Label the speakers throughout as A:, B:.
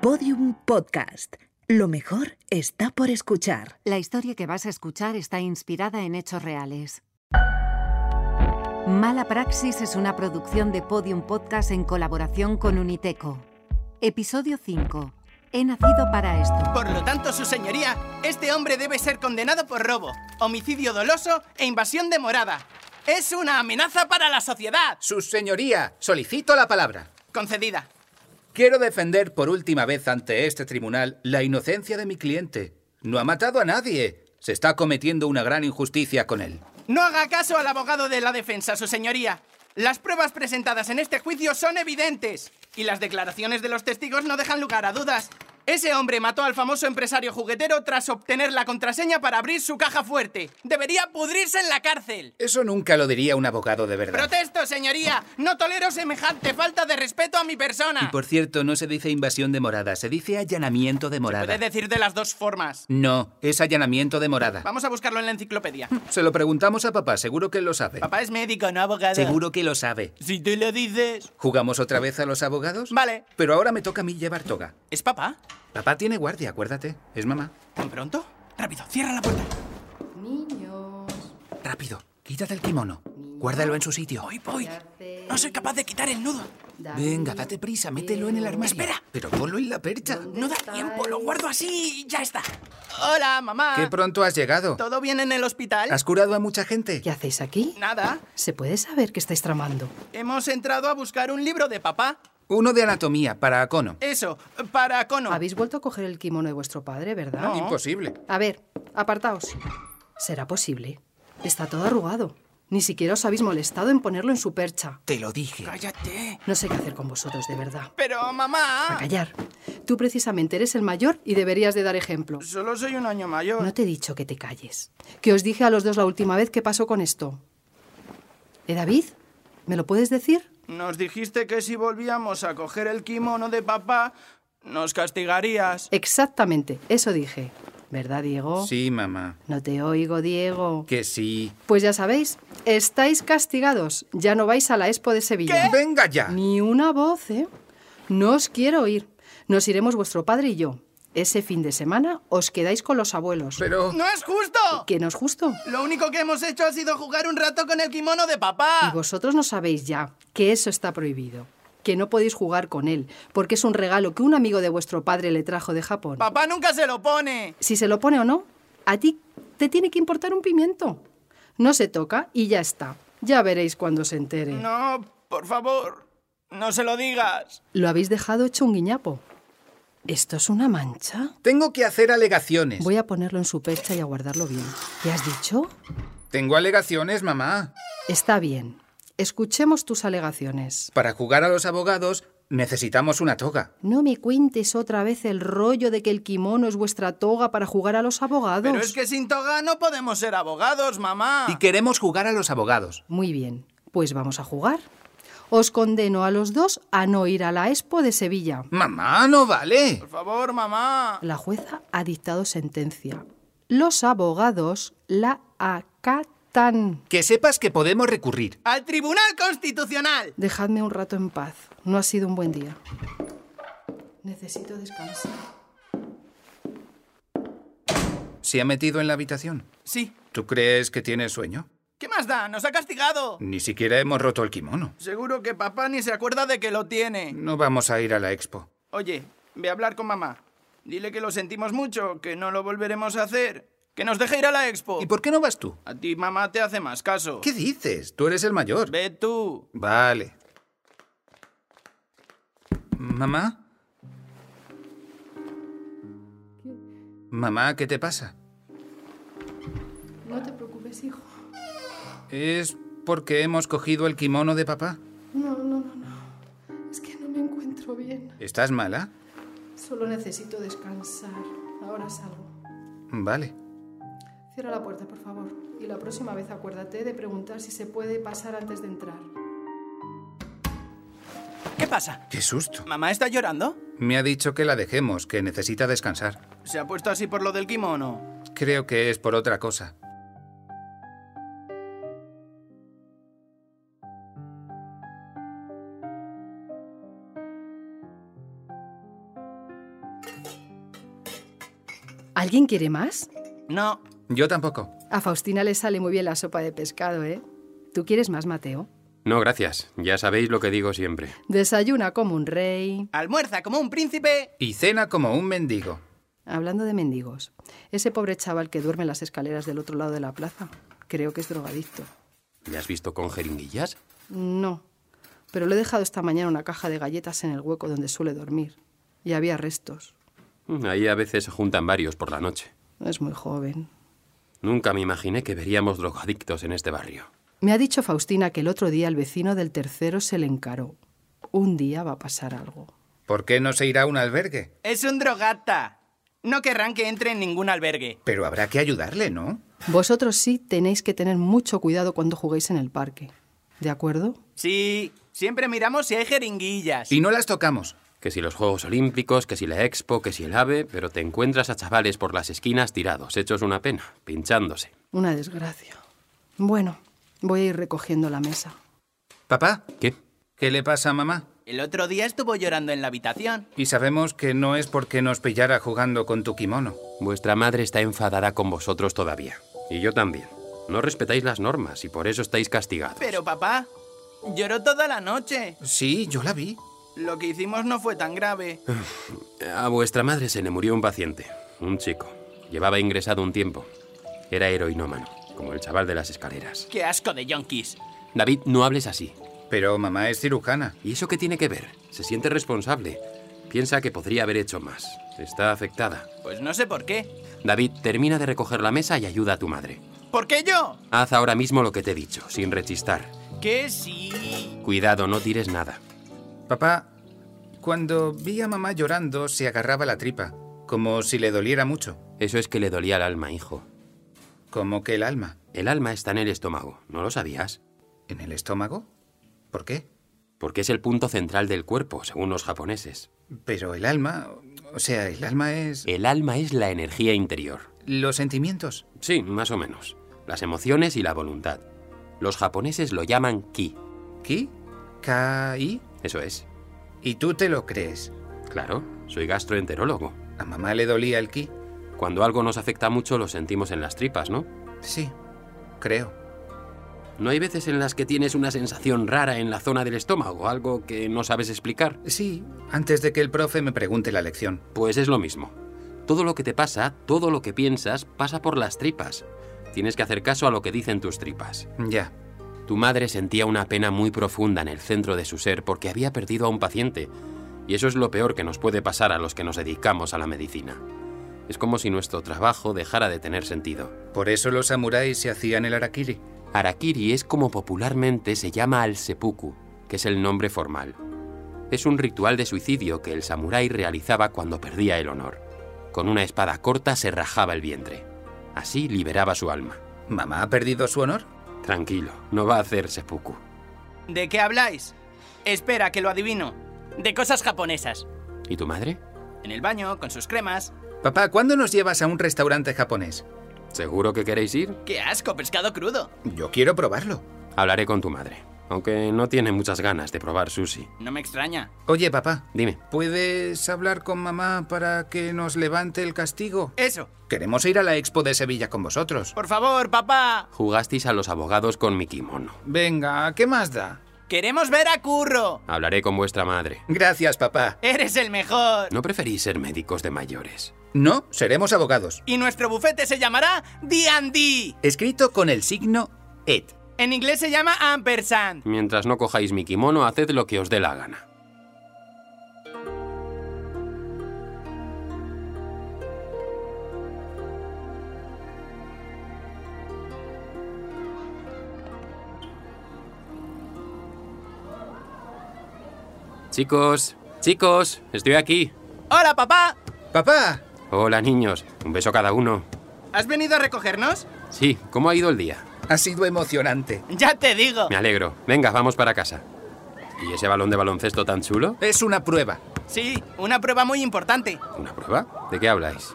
A: Podium Podcast. Lo mejor está por escuchar.
B: La historia que vas a escuchar está inspirada en hechos reales. Mala Praxis es una producción de Podium Podcast en colaboración con Uniteco. Episodio 5. He nacido para esto.
C: Por lo tanto, su señoría, este hombre debe ser condenado por robo, homicidio doloso e invasión de morada. Es una amenaza para la sociedad.
D: Su señoría, solicito la palabra.
C: Concedida.
D: Quiero defender por última vez ante este tribunal la inocencia de mi cliente. No ha matado a nadie. Se está cometiendo una gran injusticia con él.
C: No haga caso al abogado de la defensa, su señoría. Las pruebas presentadas en este juicio son evidentes y las declaraciones de los testigos no dejan lugar a dudas. Ese hombre mató al famoso empresario juguetero tras obtener la contraseña para abrir su caja fuerte. Debería pudrirse en la cárcel.
D: Eso nunca lo diría un abogado de verdad.
C: Protesto, señoría. No tolero semejante falta de respeto a mi persona.
D: Y por cierto, no se dice invasión de morada, se dice allanamiento de morada.
C: Puede decir de las dos formas.
D: No, es allanamiento de morada.
C: Vamos a buscarlo en la enciclopedia.
D: Se lo preguntamos a papá, seguro que lo sabe.
C: Papá es médico, no abogado.
D: Seguro que lo sabe.
C: Si tú lo dices.
D: ¿Jugamos otra vez a los abogados?
C: Vale.
D: Pero ahora me toca a mí llevar toga.
C: ¿Es papá?
D: Papá tiene guardia, acuérdate. Es mamá.
C: ¿Tan pronto? Rápido, cierra la puerta.
E: Niños,
D: Rápido, quítate el kimono. Guárdalo en su sitio.
C: Voy, voy. No soy capaz de quitar el nudo.
E: David,
D: Venga, date prisa, mételo en el armario.
C: Espera.
D: Pero ponlo en la percha.
C: No da tiempo, lo guardo así y ya está. Hola, mamá.
D: Qué pronto has llegado.
C: ¿Todo bien en el hospital?
D: ¿Has curado a mucha gente?
F: ¿Qué hacéis aquí?
C: Nada.
F: ¿Se puede saber qué estáis tramando?
C: Hemos entrado a buscar un libro de papá.
D: Uno de anatomía para Acono.
C: Eso, para Cono.
F: Habéis vuelto a coger el kimono de vuestro padre, ¿verdad? Pues,
D: Imposible.
F: A ver, apartaos. ¿Será posible? Está todo arrugado. Ni siquiera os habéis molestado en ponerlo en su percha.
D: Te lo dije.
C: Cállate.
F: No sé qué hacer con vosotros, de verdad.
C: Pero,
F: A
C: mamá.
F: callar. Tú precisamente eres el mayor y deberías de dar ejemplo.
C: Solo soy un año mayor.
F: No te he dicho que te calles. Que os dije a los dos la última vez qué pasó con esto. ¿Eh, David? ¿Me lo puedes decir?
C: Nos dijiste que si volvíamos a coger el kimono de papá, nos castigarías.
F: Exactamente, eso dije. ¿Verdad, Diego?
D: Sí, mamá.
F: No te oigo, Diego.
D: Que sí.
F: Pues ya sabéis, estáis castigados. Ya no vais a la Expo de Sevilla.
D: Venga ya.
F: Ni una voz, ¿eh? No os quiero ir. Nos iremos vuestro padre y yo. Ese fin de semana os quedáis con los abuelos.
D: Pero...
C: ¡No es justo!
F: ¿Que no es justo?
C: Lo único que hemos hecho ha sido jugar un rato con el kimono de papá.
F: Y vosotros no sabéis ya que eso está prohibido. Que no podéis jugar con él, porque es un regalo que un amigo de vuestro padre le trajo de Japón.
C: Papá nunca se lo pone.
F: Si se lo pone o no, a ti te tiene que importar un pimiento. No se toca y ya está. Ya veréis cuando se entere.
C: No, por favor, no se lo digas.
F: Lo habéis dejado hecho un guiñapo. ¿Esto es una mancha?
D: Tengo que hacer alegaciones.
F: Voy a ponerlo en su percha y a guardarlo bien. ¿Qué has dicho?
D: Tengo alegaciones, mamá.
F: Está bien. Escuchemos tus alegaciones.
D: Para jugar a los abogados necesitamos una toga.
F: No me cuentes otra vez el rollo de que el kimono es vuestra toga para jugar a los abogados.
C: Pero es que sin toga no podemos ser abogados, mamá.
D: Y queremos jugar a los abogados.
F: Muy bien, pues vamos a jugar. Os condeno a los dos a no ir a la Expo de Sevilla.
D: Mamá, no vale.
C: Por favor, mamá.
F: La jueza ha dictado sentencia. Los abogados la acatan.
D: Que sepas que podemos recurrir.
C: Al Tribunal Constitucional.
F: Dejadme un rato en paz. No ha sido un buen día. Necesito descansar.
D: ¿Se ha metido en la habitación?
C: Sí.
D: ¿Tú crees que tiene sueño?
C: ¿Qué más da? Nos ha castigado.
D: Ni siquiera hemos roto el kimono.
C: Seguro que papá ni se acuerda de que lo tiene.
D: No vamos a ir a la expo.
C: Oye, ve a hablar con mamá. Dile que lo sentimos mucho, que no lo volveremos a hacer. Que nos deje ir a la expo.
D: ¿Y por qué no vas tú?
C: A ti mamá te hace más caso.
D: ¿Qué dices? Tú eres el mayor.
C: Ve tú.
D: Vale. ¿Mamá? Mamá, ¿qué te pasa?
F: No te preocupes, hijo.
D: ¿Es porque hemos cogido el kimono de papá?
F: No, no, no, no. Es que no me encuentro bien.
D: ¿Estás mala?
F: Solo necesito descansar. Ahora salgo.
D: Vale.
F: Cierra la puerta, por favor. Y la próxima vez acuérdate de preguntar si se puede pasar antes de entrar.
C: ¿Qué pasa?
D: ¡Qué susto!
C: ¿Mamá está llorando?
D: Me ha dicho que la dejemos, que necesita descansar.
C: ¿Se ha puesto así por lo del kimono?
D: Creo que es por otra cosa.
F: ¿Alguien quiere más?
C: No.
D: Yo tampoco.
F: A Faustina le sale muy bien la sopa de pescado, ¿eh? ¿Tú quieres más, Mateo?
G: No, gracias. Ya sabéis lo que digo siempre.
F: Desayuna como un rey.
C: Almuerza como un príncipe.
D: Y cena como un mendigo.
F: Hablando de mendigos, ese pobre chaval que duerme en las escaleras del otro lado de la plaza, creo que es drogadicto.
G: ¿Me has visto con jeringuillas?
F: No, pero le he dejado esta mañana una caja de galletas en el hueco donde suele dormir. Y había restos.
G: Ahí a veces se juntan varios por la noche.
F: Es muy joven.
G: Nunca me imaginé que veríamos drogadictos en este barrio.
F: Me ha dicho Faustina que el otro día el vecino del tercero se le encaró. Un día va a pasar algo.
D: ¿Por qué no se irá a un albergue?
C: Es un drogata. No querrán que entre en ningún albergue.
D: Pero habrá que ayudarle, ¿no?
F: Vosotros sí tenéis que tener mucho cuidado cuando juguéis en el parque. ¿De acuerdo?
C: Sí, siempre miramos si hay jeringuillas.
D: Y no las tocamos.
G: Que si los Juegos Olímpicos, que si la Expo, que si el AVE, pero te encuentras a chavales por las esquinas tirados, hechos una pena, pinchándose.
F: Una desgracia. Bueno, voy a ir recogiendo la mesa.
D: Papá,
G: Ah, ¿Qué?
D: ¿qué le pasa a mamá?
C: El otro día estuvo llorando en la habitación.
D: Y sabemos que no es porque nos pillara jugando con tu kimono.
G: Vuestra madre está enfadada con vosotros todavía. Y yo también. No respetáis las normas y por eso estáis castigados.
C: Pero papá, lloró toda la noche.
D: Sí, yo la vi.
C: Lo que hicimos no fue tan grave.
G: A vuestra madre se le murió un paciente, un chico. Llevaba ingresado un tiempo. Era heroinómano, como el chaval de las escaleras.
C: ¡Qué asco de yonkis!
G: David, no hables así.
D: Pero mamá es cirujana.
G: ¿Y eso qué tiene que ver? Se siente responsable. Piensa que podría haber hecho más. Está afectada.
C: Pues no sé por qué.
G: David, termina de recoger la mesa y ayuda a tu madre.
C: ¿Por qué yo?
G: Haz ahora mismo lo que te he dicho, sin rechistar.
C: Que sí.
G: Cuidado, no tires nada.
D: Papá, cuando vi a mamá llorando se agarraba la tripa, como si le doliera mucho,
G: Eso es que le dolía el alma, hijo.
D: como que el alma.
G: El alma está en el estómago, ¿no lo sabías?
D: ¿En el estómago? ¿Por qué?
G: Porque es el punto central del cuerpo, según los japoneses.
D: Pero el alma, o sea, el alma es...
G: El alma es la energía interior.
D: Los sentimientos.
G: Sí, más o menos. Las emociones y la voluntad. Los japoneses lo llaman ki.
D: ¿Ki? ¿Ka-i?
G: Eso es.
D: ¿Y tú te lo crees?
G: Claro, soy gastroenterólogo.
D: ¿A mamá le dolía el ki?
G: Cuando algo nos afecta mucho lo sentimos en las tripas, ¿no?
D: Sí, creo.
G: ¿No hay veces en las que tienes una sensación rara en la zona del estómago, algo que no sabes explicar?
D: Sí, antes de que el profe me pregunte la lección.
G: Pues es lo mismo. Todo lo que te pasa, todo lo que piensas, pasa por las tripas. Tienes que hacer caso a lo que dicen tus tripas.
D: Ya.
G: Tu madre sentía una pena muy profunda en el centro de su ser porque había perdido a un paciente. Y eso es lo peor que nos puede pasar a los que nos dedicamos a la medicina. Es como si nuestro trabajo dejara de tener sentido.
D: Por eso los samuráis se hacían el harakiri.
G: Harakiri es como popularmente se llama al seppuku, que es el nombre formal. Es un ritual de suicidio que el samurái realizaba cuando perdía el honor. Con una espada corta se rajaba el vientre. Así liberaba su alma.
D: ¿Mamá ha perdido su honor?
G: Tranquilo, no va a hacer seppuku.
C: ¿De qué habláis? Espera, que lo adivino. De cosas japonesas.
G: ¿Y tu madre?
C: En el baño, con sus cremas.
D: Papá, ¿cuándo nos llevas a un restaurante japonés?
G: ¿Seguro que queréis ir?
C: ¡Qué asco, pescado crudo!
D: Yo quiero probarlo.
G: Hablaré con tu madre, aunque no tiene muchas ganas de probar sushi.
C: No me extraña.
D: Oye, papá,
G: Dime,
D: ¿puedes hablar con mamá para que nos levante el castigo?
C: Eso.
D: Queremos ir a la expo de Sevilla con vosotros.
C: Por favor, papá.
G: jugasteis a los abogados con mi kimono.
D: Venga, ¿qué más da?
C: Queremos ver a Curro.
G: Hablaré con vuestra madre.
D: Gracias, papá.
C: Eres el mejor.
G: ¿No preferís ser médicos de mayores?
D: No, seremos abogados.
C: Y nuestro bufete se llamará D&D.
D: Escrito con el signo ET.
C: En inglés se llama Ampersand.
G: Mientras no cojáis mi kimono, haced lo que os dé la gana. Chicos, chicos, estoy aquí.
C: Hola, papá.
D: ¡Papá!
G: Hola niños, un beso cada uno.
C: ¿Has venido a recogernos?
G: Sí, ¿cómo ha ido el día?
D: Ha sido emocionante.
C: Ya te digo.
G: Me alegro. Venga, vamos para casa. ¿Y ese balón de baloncesto tan chulo?
D: Es una prueba.
C: Sí, una prueba muy importante.
G: ¿Una prueba? ¿De qué habláis?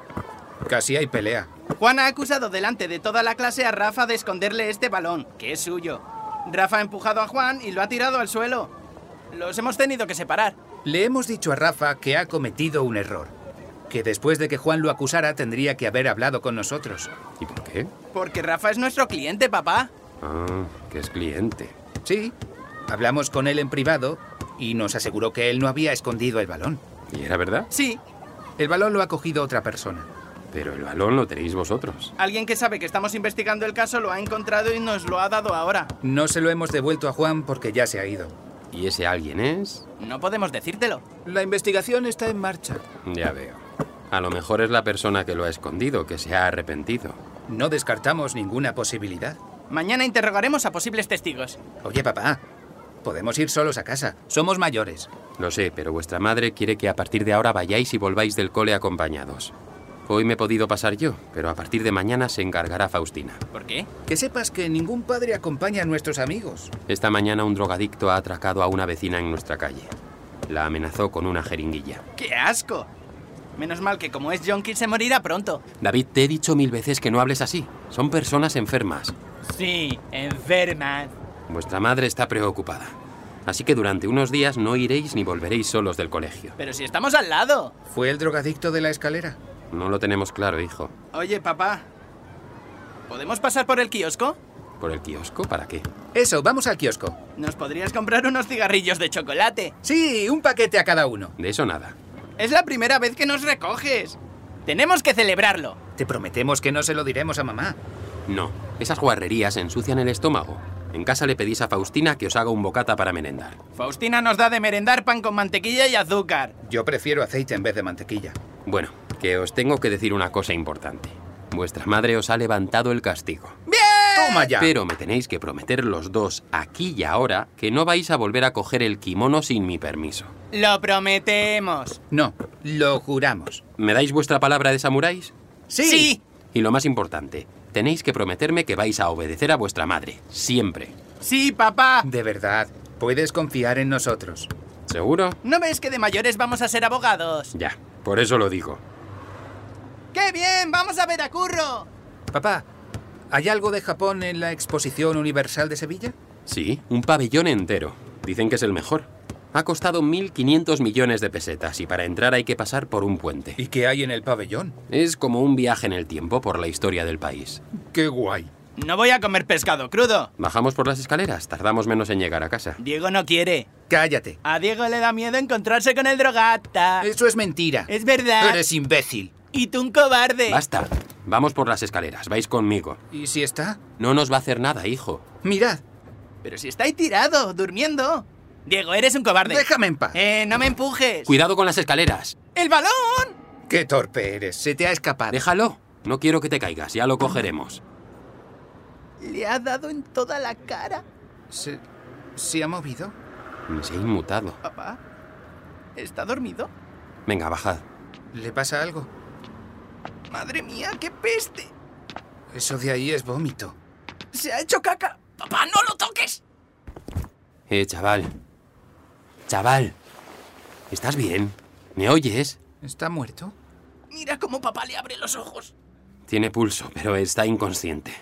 D: Casi hay pelea.
C: Juan ha acusado delante de toda la clase a Rafa de esconderle este balón, que es suyo. Rafa ha empujado a Juan y lo ha tirado al suelo. Los hemos tenido que separar.
D: Le hemos dicho a Rafa que ha cometido un error. que después de que Juan lo acusara tendría que haber hablado con nosotros.
G: ¿Y por qué?
C: Porque Rafa es nuestro cliente, papá.
G: Ah, que es cliente.
D: Sí, hablamos con él en privado y nos aseguró que él no había escondido el balón.
G: ¿Y era verdad?
C: Sí,
D: El balón lo ha cogido otra persona.
G: Pero el balón lo tenéis vosotros.
C: alguien que sabe que estamos investigando el caso lo ha encontrado y nos lo ha dado ahora.
D: No se lo hemos devuelto a Juan porque ya se ha ido.
G: ¿Y ese alguien eh? es?
C: No podemos decírtelo.
D: La investigación está en marcha.
G: Ya veo. A lo mejor es la persona que lo ha escondido, que se ha arrepentido.
D: No descartamos ninguna posibilidad.
C: Mañana interrogaremos a posibles testigos.
D: Oye, papá, podemos ir solos a casa. Somos mayores.
G: Lo sé, pero vuestra madre quiere que a partir de ahora vayáis y volváis del cole acompañados. Hoy me he podido pasar yo, pero a partir de mañana se encargará Faustina.
C: ¿Por qué?
D: Que sepas que ningún padre acompaña a nuestros amigos.
G: Esta mañana un drogadicto ha atracado a una vecina en nuestra calle. La amenazó con una jeringuilla.
C: ¡Qué asco! Menos mal que como es Jonky se morirá pronto.
G: David, te he dicho mil veces que no hables así. Son personas enfermas.
C: Sí, enferma.
G: Vuestra madre está preocupada. Así que durante unos días no iréis ni volveréis solos del colegio.
C: Pero si estamos al lado.
D: ¿Fue el drogadicto de la escalera?
G: No lo tenemos claro, hijo.
C: Oye, papá. ¿Podemos pasar por el kiosco?
G: ¿Por el kiosco? ¿Para qué?
D: Eso, vamos al kiosco.
C: Nos podrías comprar unos cigarrillos de chocolate.
D: Sí, un paquete a cada uno.
G: De eso nada.
C: Es la primera vez que nos recoges. Tenemos que celebrarlo.
D: Te prometemos que no se lo diremos a mamá.
G: No, esas guarrerías ensucian el estómago. En casa le pedís a Faustina que os haga un bocata para merendar.
C: Faustina nos da de merendar pan con mantequilla y azúcar.
D: Yo prefiero aceite en vez de mantequilla.
G: Bueno, que os tengo que decir una cosa importante. Vuestra madre os ha levantado el castigo.
D: ¡Toma ya!
G: Pero me tenéis que prometer los dos, aquí y ahora, que no vais a volver a coger el kimono sin mi permiso.
C: Lo prometemos.
D: No, lo juramos.
G: ¿Me dais vuestra palabra de samuráis?
D: Sí.
C: Sí.
G: Y lo más importante, tenéis que prometerme que vais a obedecer a vuestra madre, siempre.
C: Sí, papá.
D: De verdad, puedes confiar en nosotros.
G: ¿Seguro?
C: ¿No ves que de mayores vamos a ser abogados?
G: Ya, por eso lo digo.
C: ¡Qué bien! ¡Vamos a ver a Curro!
D: Papá, ¿hay algo de Japón en la Exposición Universal de Sevilla?
G: Sí, un pabellón entero. Dicen que es el mejor. Ha costado 1.500 millones de pesetas y para entrar hay que pasar por un puente.
D: ¿Y qué hay en el pabellón?
G: Es como un viaje en el tiempo por la historia del país.
D: ¡Qué guay!
C: No voy a comer pescado crudo.
G: Bajamos por las escaleras, tardamos menos en llegar a casa.
C: Diego no quiere.
D: Cállate.
C: A Diego le da miedo encontrarse con el drogata.
D: Eso es mentira.
C: Es verdad.
D: Eres imbécil.
C: Y tú un cobarde.
G: Basta, vamos por las escaleras, vais conmigo.
D: ¿Y si está?
G: No nos va a hacer nada, hijo.
D: Mirad.
C: Pero si está ahí tirado, durmiendo. Diego, eres un cobarde.
D: Déjame en paz.
C: Eh, no me empujes.
G: Cuidado con las escaleras.
C: ¡El balón!
D: Qué torpe eres. Se te ha escapado.
G: Déjalo. No quiero que te caigas, ya lo cogeremos.
C: Le ha dado en toda la cara.
D: ¿Se, ¿Se ha movido?
G: Se ha inmutado.
C: Papá, ¿está dormido?
G: Venga, bajad.
D: ¿Le pasa algo?
C: Madre mía, qué peste.
D: Eso de ahí es vómito.
C: Se ha hecho caca. Papá, no lo toques.
G: Eh, chaval. Chaval. ¿Estás bien? ¿Me oyes?
D: ¿Está muerto?
C: Mira cómo papá le abre los ojos.
G: Tiene pulso, pero está inconsciente.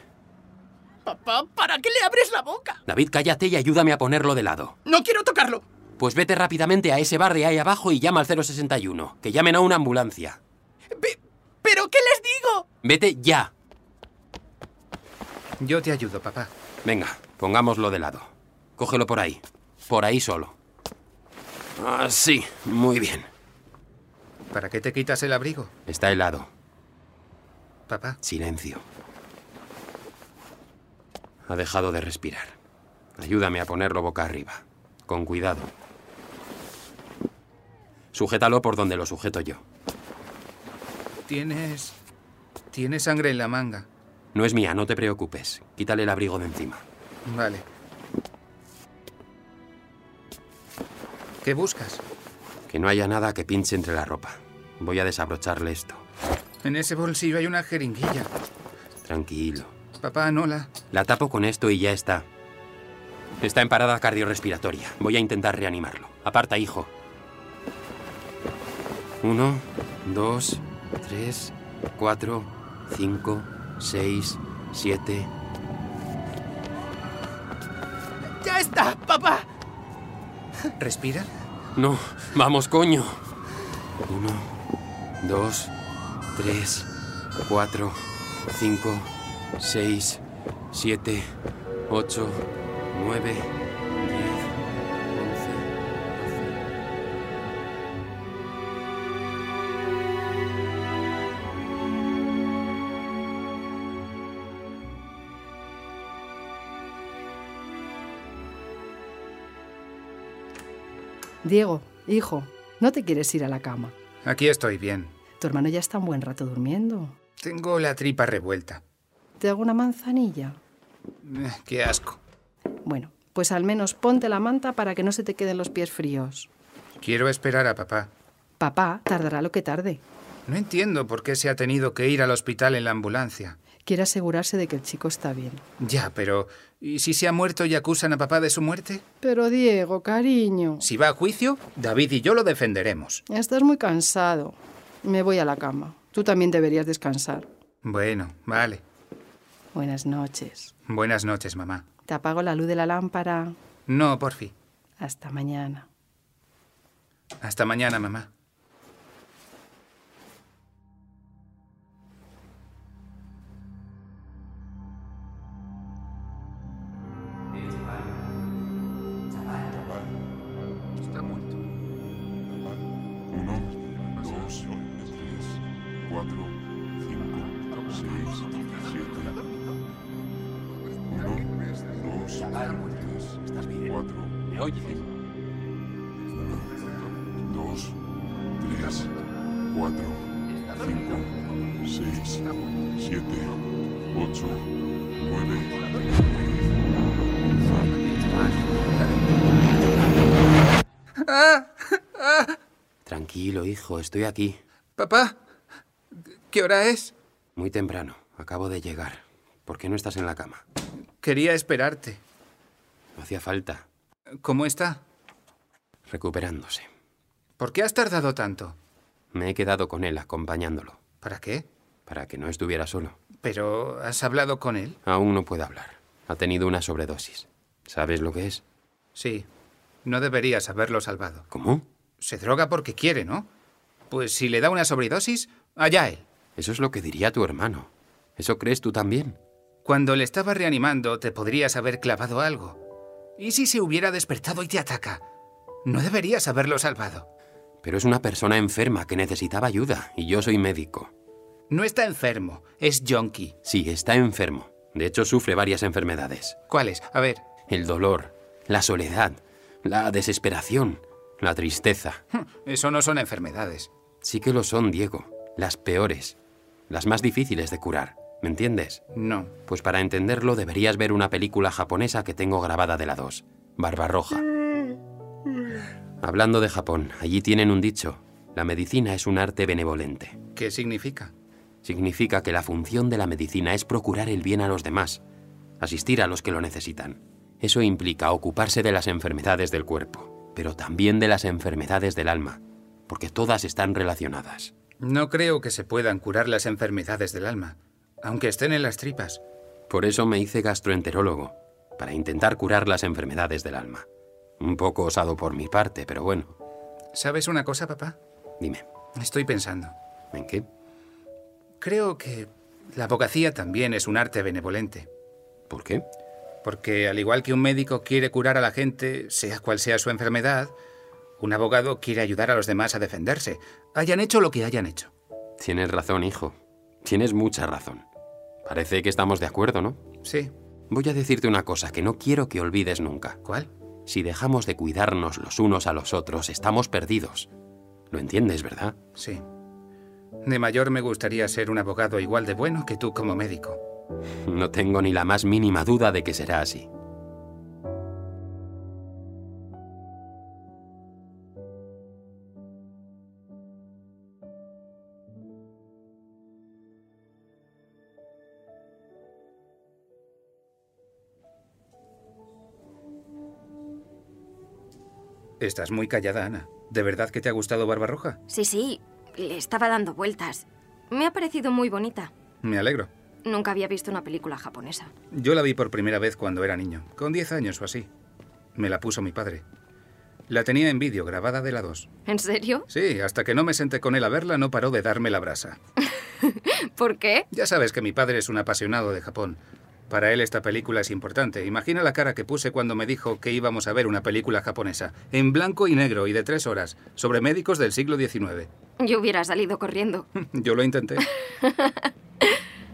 C: Papá, ¿para qué le abres la boca?
G: David, cállate y ayúdame a ponerlo de lado.
C: No quiero tocarlo.
G: Pues vete rápidamente a ese bar de ahí abajo y llama al 061. Que llamen a una ambulancia.
C: Pe- ¿Pero qué les digo?
G: Vete ya.
D: Yo te ayudo, papá.
G: Venga, pongámoslo de lado. Cógelo por ahí. Por ahí solo. Así, muy bien.
D: ¿Para qué te quitas el abrigo,
G: Está helado.
D: papá?
G: Silencio. Ha dejado de respirar. Ayúdame a ponerlo boca arriba. Con cuidado. Sujétalo por donde lo sujeto yo.
D: Tienes... Tienes sangre en la manga.
G: No es mía, no te preocupes. Quítale el abrigo de encima.
D: Vale. ¿Qué buscas?
G: Que no haya nada que pinche entre la ropa. Voy a desabrocharle esto.
D: En ese bolsillo hay una jeringuilla.
G: Tranquilo.
D: Papá, no la...
G: La tapo con esto y ya está. Está en parada cardiorrespiratoria. Voy a intentar reanimarlo. Aparta, hijo. Uno, dos, tres, cuatro, cinco, seis, siete.
C: Ya está, papá.
D: ¿Respira?
G: No, vamos, coño. Uno, dos, tres, cuatro, cinco, seis, siete, ocho, nueve, diez, once, doce.
F: Diego, hijo, no te quieres ir a la cama.
D: Aquí estoy bien.
F: Tu hermano ya está un buen rato durmiendo.
D: Tengo la tripa revuelta.
F: ¿Te hago una manzanilla?
D: Eh, Qué asco.
F: Bueno, pues al menos ponte la manta para que no se te queden los pies fríos.
D: Quiero esperar a papá.
F: Papá tardará lo que tarde.
D: No entiendo por qué se ha tenido que ir al hospital en la ambulancia.
F: Quiere asegurarse de que el chico está bien.
D: Ya, pero ¿y si se ha muerto y acusan a papá de su muerte?
F: Pero Diego, cariño,
D: Si va a juicio, David y yo lo defenderemos.
F: estás muy cansado. Me voy a la cama. Tú también deberías descansar.
D: Bueno, vale.
F: Buenas noches.
D: Buenas noches, mamá.
F: Te apago la luz de la lámpara.
D: No, porfi.
F: Hasta mañana.
D: Hasta mañana, mamá. Está muerto.
H: Uno, dos, tres, cuatro, cinco, seis, siete. Uno, dos, tres, cuatro. Uno, dos, tres, cuatro, cinco, seis, siete, ocho, nueve, diez, once.
D: Ah,
G: Tranquilo, hijo, estoy aquí.
D: Papá, ¿qué hora es?
G: Muy temprano, acabo de llegar. ¿Por qué no estás en la cama?
D: Quería esperarte.
G: No hacía falta.
D: ¿Cómo está?
G: Recuperándose.
D: ¿Por qué has tardado tanto?
G: Me he quedado con él acompañándolo,
D: ¿Para qué?
G: para que no estuviera solo.
D: ¿Pero has hablado con él?
G: Aún no puede hablar. Ha tenido una sobredosis. ¿Sabes lo que es?
D: Sí. No deberías haberlo salvado.
G: ¿Cómo?
D: Se droga porque quiere, ¿no? Pues si le da una sobredosis, allá él.
G: Eso es lo que diría tu hermano. ¿Eso crees tú también?
D: Cuando le estaba reanimando, te podrías haber clavado algo. ¿Y si se hubiera despertado y te ataca? No deberías haberlo salvado.
G: Pero es una persona enferma que necesitaba ayuda y yo soy médico.
D: No está enfermo, es yonki.
G: Sí, está enfermo. De hecho, sufre varias enfermedades.
D: ¿Cuál es? A ver.
G: El dolor, la soledad, la desesperación, la tristeza.
D: Eso no son enfermedades.
G: Sí que lo son, Diego. Las peores. Las más difíciles de curar. ¿Me entiendes?
D: No.
G: Pues para entenderlo deberías ver una película japonesa que tengo grabada de la 2, Barbarroja. Hablando de Japón, allí tienen un dicho, la medicina es un arte benevolente.
D: ¿Qué significa?
G: Significa que la función de la medicina es procurar el bien a los demás, asistir a los que lo necesitan. Eso implica ocuparse de las enfermedades del cuerpo, pero también de las enfermedades del alma, porque todas están relacionadas.
D: No creo que se puedan curar las enfermedades del alma, aunque estén en las tripas.
G: Por eso me hice gastroenterólogo, para intentar curar las enfermedades del alma. Un poco osado por mi parte, pero bueno,
D: ¿Sabes una cosa, papá?
G: dime,
D: Estoy pensando.
G: ¿en qué?
D: Creo que la abogacía también es un arte benevolente.
G: ¿Por qué?
D: Porque al igual que un médico quiere curar a la gente, sea cual sea su enfermedad, un abogado quiere ayudar a los demás a defenderse, hayan hecho lo que hayan hecho.
G: Tienes razón, hijo. Tienes mucha razón. Parece que estamos de acuerdo, ¿no?
D: Sí.
G: Voy a decirte una cosa que no quiero que olvides nunca.
D: ¿Cuál?
G: Si dejamos de cuidarnos los unos a los otros, estamos perdidos. Lo entiendes, ¿verdad?
D: Sí. De mayor me gustaría ser un abogado igual de bueno que tú como médico.
G: No tengo ni la más mínima duda de que será así.
D: Estás muy callada, Ana. ¿De verdad que te ha gustado Barbarroja?
I: Sí, sí, le estaba dando vueltas. Me ha parecido muy bonita.
D: Me alegro.
I: Nunca había visto una película japonesa.
D: Yo la vi por primera vez cuando era niño, con 10 años o así. Me la puso mi padre. La tenía en vídeo, grabada de la 2.
I: ¿En serio?
D: Sí, hasta que no me senté con él a verla, no paró de darme la brasa.
I: ¿Por qué?
D: Ya sabes que mi padre es un apasionado de Japón. Para él esta película es importante. Imagina la cara que puse cuando me dijo que íbamos a ver una película japonesa, en blanco y negro y de tres horas, sobre médicos del siglo XIX.
I: Yo hubiera salido corriendo.
D: Yo lo intenté.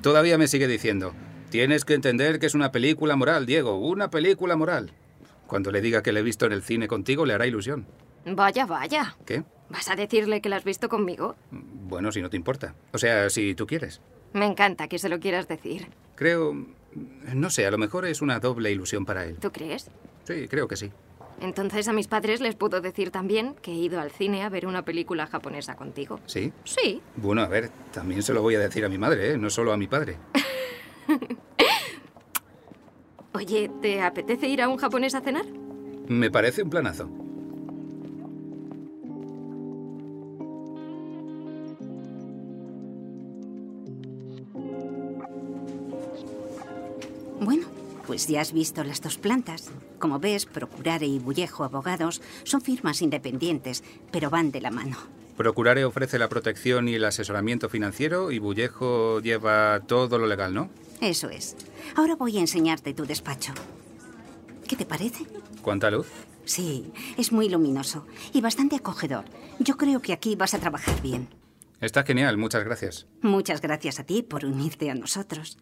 D: Todavía me sigue diciendo, tienes que entender que es una película moral, Diego, una película moral. Cuando le diga que la he visto en el cine contigo, le hará ilusión.
I: Vaya, vaya.
D: ¿Qué?
I: ¿Vas a decirle que la has visto conmigo?
D: Bueno, si no te importa. O sea, si tú quieres.
I: Me encanta que se lo quieras decir.
D: Creo... No sé, a lo mejor es una doble ilusión para él.
I: ¿Tú crees?
D: Sí, creo que sí.
I: Entonces a mis padres les puedo decir también que he ido al cine a ver una película japonesa contigo.
D: ¿Sí?
I: Sí,
D: Bueno, a ver, también se lo voy a decir a mi madre, ¿eh? no solo a mi padre.
I: Oye, ¿te apetece ir a un japonés a cenar?
D: Me parece un planazo.
J: Bueno, pues ya has visto las dos plantas. Como ves, Procurare y Bullejo Abogados son firmas independientes, pero van de la mano.
D: Procurare ofrece la protección y el asesoramiento financiero y Bullejo lleva todo lo legal, ¿no?
J: Eso es. Ahora voy a enseñarte tu despacho. ¿Qué te parece?
D: ¿Cuánta luz?
J: Sí, es muy luminoso y bastante acogedor. Yo creo que aquí vas a trabajar bien.
D: Está genial, muchas gracias.
J: Muchas gracias a ti por unirte a nosotros.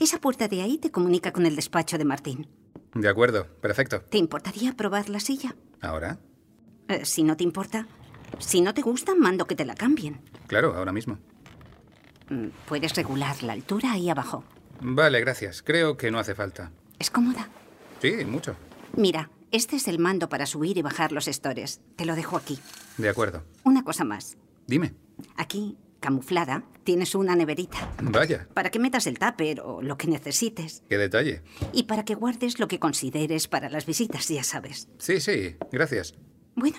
J: Esa puerta de ahí te comunica con el despacho de Martín.
D: De acuerdo, perfecto.
J: ¿Te importaría probar la silla?
D: ¿Ahora?
J: Eh, si no te importa. Si no te gusta, mando que te la cambien.
D: Claro, ahora mismo.
J: Mm, Puedes regular la altura ahí abajo.
D: Vale, gracias. Creo que no hace falta.
J: Es cómoda.
D: Sí, mucho.
J: Mira, este es el mando para subir y bajar los estores. Te lo dejo aquí.
D: De acuerdo.
J: Una cosa más.
D: Dime.
J: Aquí, camuflada, tienes una neverita.
D: Vaya,
J: Para que metas el tupper o lo que necesites.
D: qué detalle.
J: Y para que guardes lo que consideres para las visitas, ya sabes.
D: Sí, sí, gracias.
J: Bueno,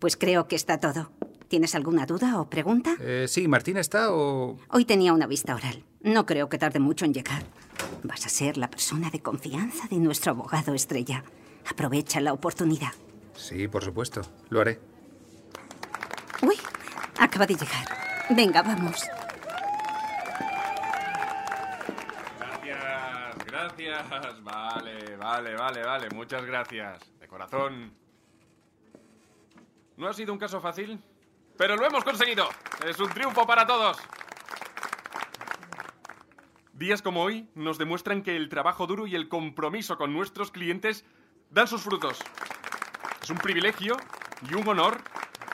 J: pues creo que está todo. ¿Tienes alguna duda o pregunta?
D: Eh, sí, ¿Martín está o...?
J: Hoy tenía una vista oral. No creo que tarde mucho en llegar. Vas a ser la persona de confianza de nuestro abogado estrella. Aprovecha la oportunidad.
D: Sí, por supuesto. Lo haré.
J: Uy, acaba de llegar. Venga, vamos.
H: Gracias, gracias. Vale, vale, vale, vale. Muchas gracias. De corazón. No ha sido un caso fácil, pero lo hemos conseguido. Es un triunfo para todos. Días como hoy nos demuestran que el trabajo duro y el compromiso con nuestros clientes dan sus frutos. Es un privilegio y un honor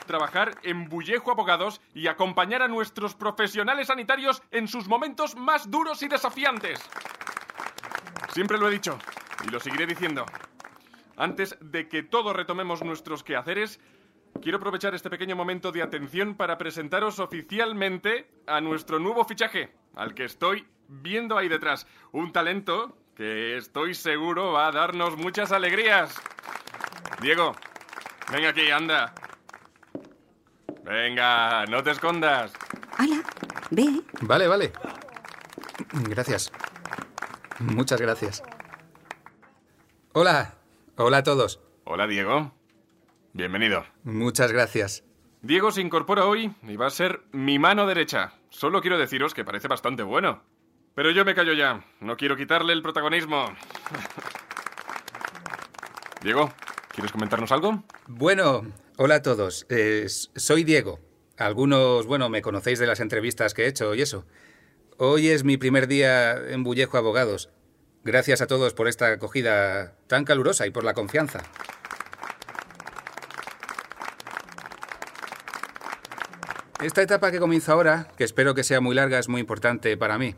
H: trabajar en Bullejo Abogados y acompañar a nuestros profesionales sanitarios en sus momentos más duros y desafiantes. Siempre lo he dicho y lo seguiré diciendo. Antes de que todos retomemos nuestros quehaceres, quiero aprovechar este pequeño momento de atención para presentaros oficialmente a nuestro nuevo fichaje, al que estoy viendo ahí detrás. Un talento que estoy seguro va a darnos muchas alegrías. Diego, venga aquí, anda. Venga, no te escondas.
J: Hala, ve.
D: Vale, vale. Gracias. Muchas gracias. Hola. Hola a todos.
H: Hola, Diego. Bienvenido.
D: Muchas gracias.
H: Diego se incorpora hoy y va a ser mi mano derecha. Solo quiero deciros que parece bastante bueno. Pero yo me callo ya. No quiero quitarle el protagonismo. Diego, ¿quieres comentarnos algo?
D: Bueno, hola a todos. Eh, s- soy Diego. Algunos, bueno, me conocéis de las entrevistas que he hecho y eso. Hoy es mi primer día en Bullejo Abogados. Gracias a todos por esta acogida tan calurosa y por la confianza. Esta etapa que comienza ahora, que espero que sea muy larga, es muy importante para mí.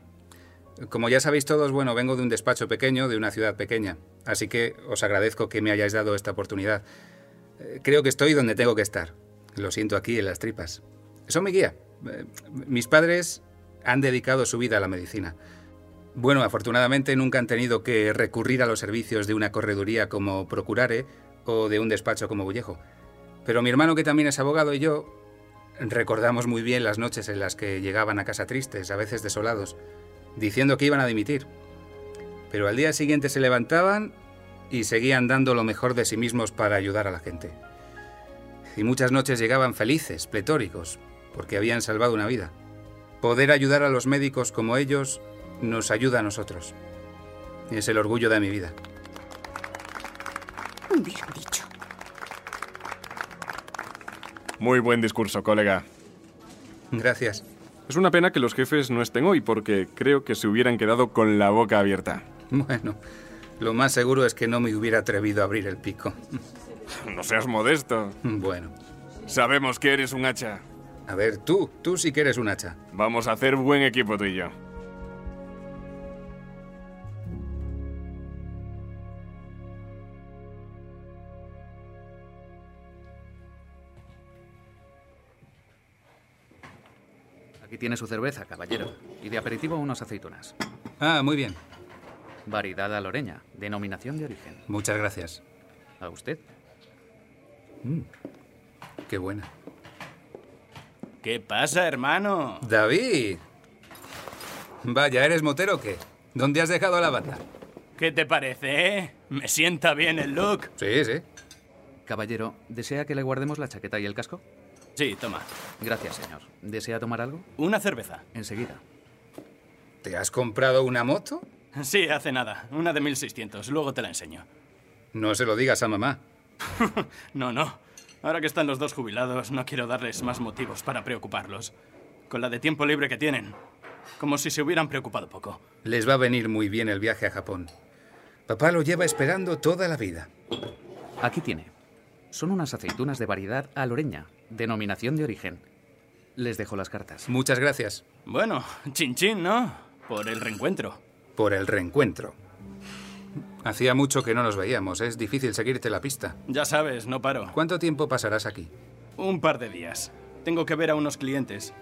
D: Como ya sabéis todos, bueno, vengo de un despacho pequeño, de una ciudad pequeña, así que os agradezco que me hayáis dado esta oportunidad. Eh, Creo que estoy donde tengo que estar. Lo siento aquí en las tripas. Son mi guía. Eh, Mis padres han dedicado su vida a la medicina. Bueno, afortunadamente nunca han tenido que recurrir a los servicios de una correduría como Procurare o de un despacho como Bullejo. Pero mi hermano, que también es abogado, y yo recordamos muy bien las noches en las que llegaban a casa tristes, a veces desolados, diciendo que iban a dimitir. Pero al día siguiente se levantaban y seguían dando lo mejor de sí mismos para ayudar a la gente. y muchas noches llegaban felices, pletóricos, porque habían salvado una vida. Poder ayudar a los médicos como ellos nos ayuda a nosotros. Y es el orgullo de mi vida.
J: Hubieran dicho.
H: Muy buen discurso, colega.
D: Gracias.
H: Es una pena que los jefes no estén hoy porque creo que se hubieran quedado con la boca abierta.
D: Bueno, lo más seguro es que no me hubiera atrevido a abrir el pico.
H: No seas modesto.
D: Bueno.
H: Sabemos que eres un hacha.
D: A ver, tú, tú sí que eres un hacha.
H: Vamos a hacer buen equipo tú y yo.
G: Aquí tiene su cerveza, caballero. Y de aperitivo unas aceitunas.
D: Ah, muy bien.
G: Variedad aloreña, denominación de origen.
D: Muchas gracias.
G: ¿A usted?
D: Mm, qué buena.
K: ¿Qué pasa, hermano?
D: David. Vaya, ¿eres motero o qué? ¿Dónde has dejado la bata?
K: ¿Qué te parece, eh? Me sienta bien el look.
D: Sí, sí.
G: Caballero, ¿desea que le guardemos la chaqueta y el casco?
K: Sí, toma.
G: Gracias, señor. ¿Desea tomar algo?
K: Una cerveza.
G: Enseguida.
D: ¿Te has comprado una moto?
K: Sí, hace nada. Una de 1600. Luego te la enseño.
D: No se lo digas a mamá.
K: no, no. Ahora que están los dos jubilados, no quiero darles más motivos para preocuparlos. Con la de tiempo libre que tienen. Como si se hubieran preocupado poco.
D: Les va a venir muy bien el viaje a Japón. Papá lo lleva esperando toda la vida.
G: Aquí tiene. Son unas aceitunas de variedad aloreña, denominación de origen. Les dejo las cartas.
D: Muchas gracias.
K: Bueno, chin chin, ¿no? Por el reencuentro.
D: Por el reencuentro. Hacía mucho que no nos veíamos. Es difícil seguirte la pista.
K: Ya sabes, no paro.
D: ¿Cuánto tiempo pasarás aquí?
K: Un par de días. Tengo que ver a unos clientes.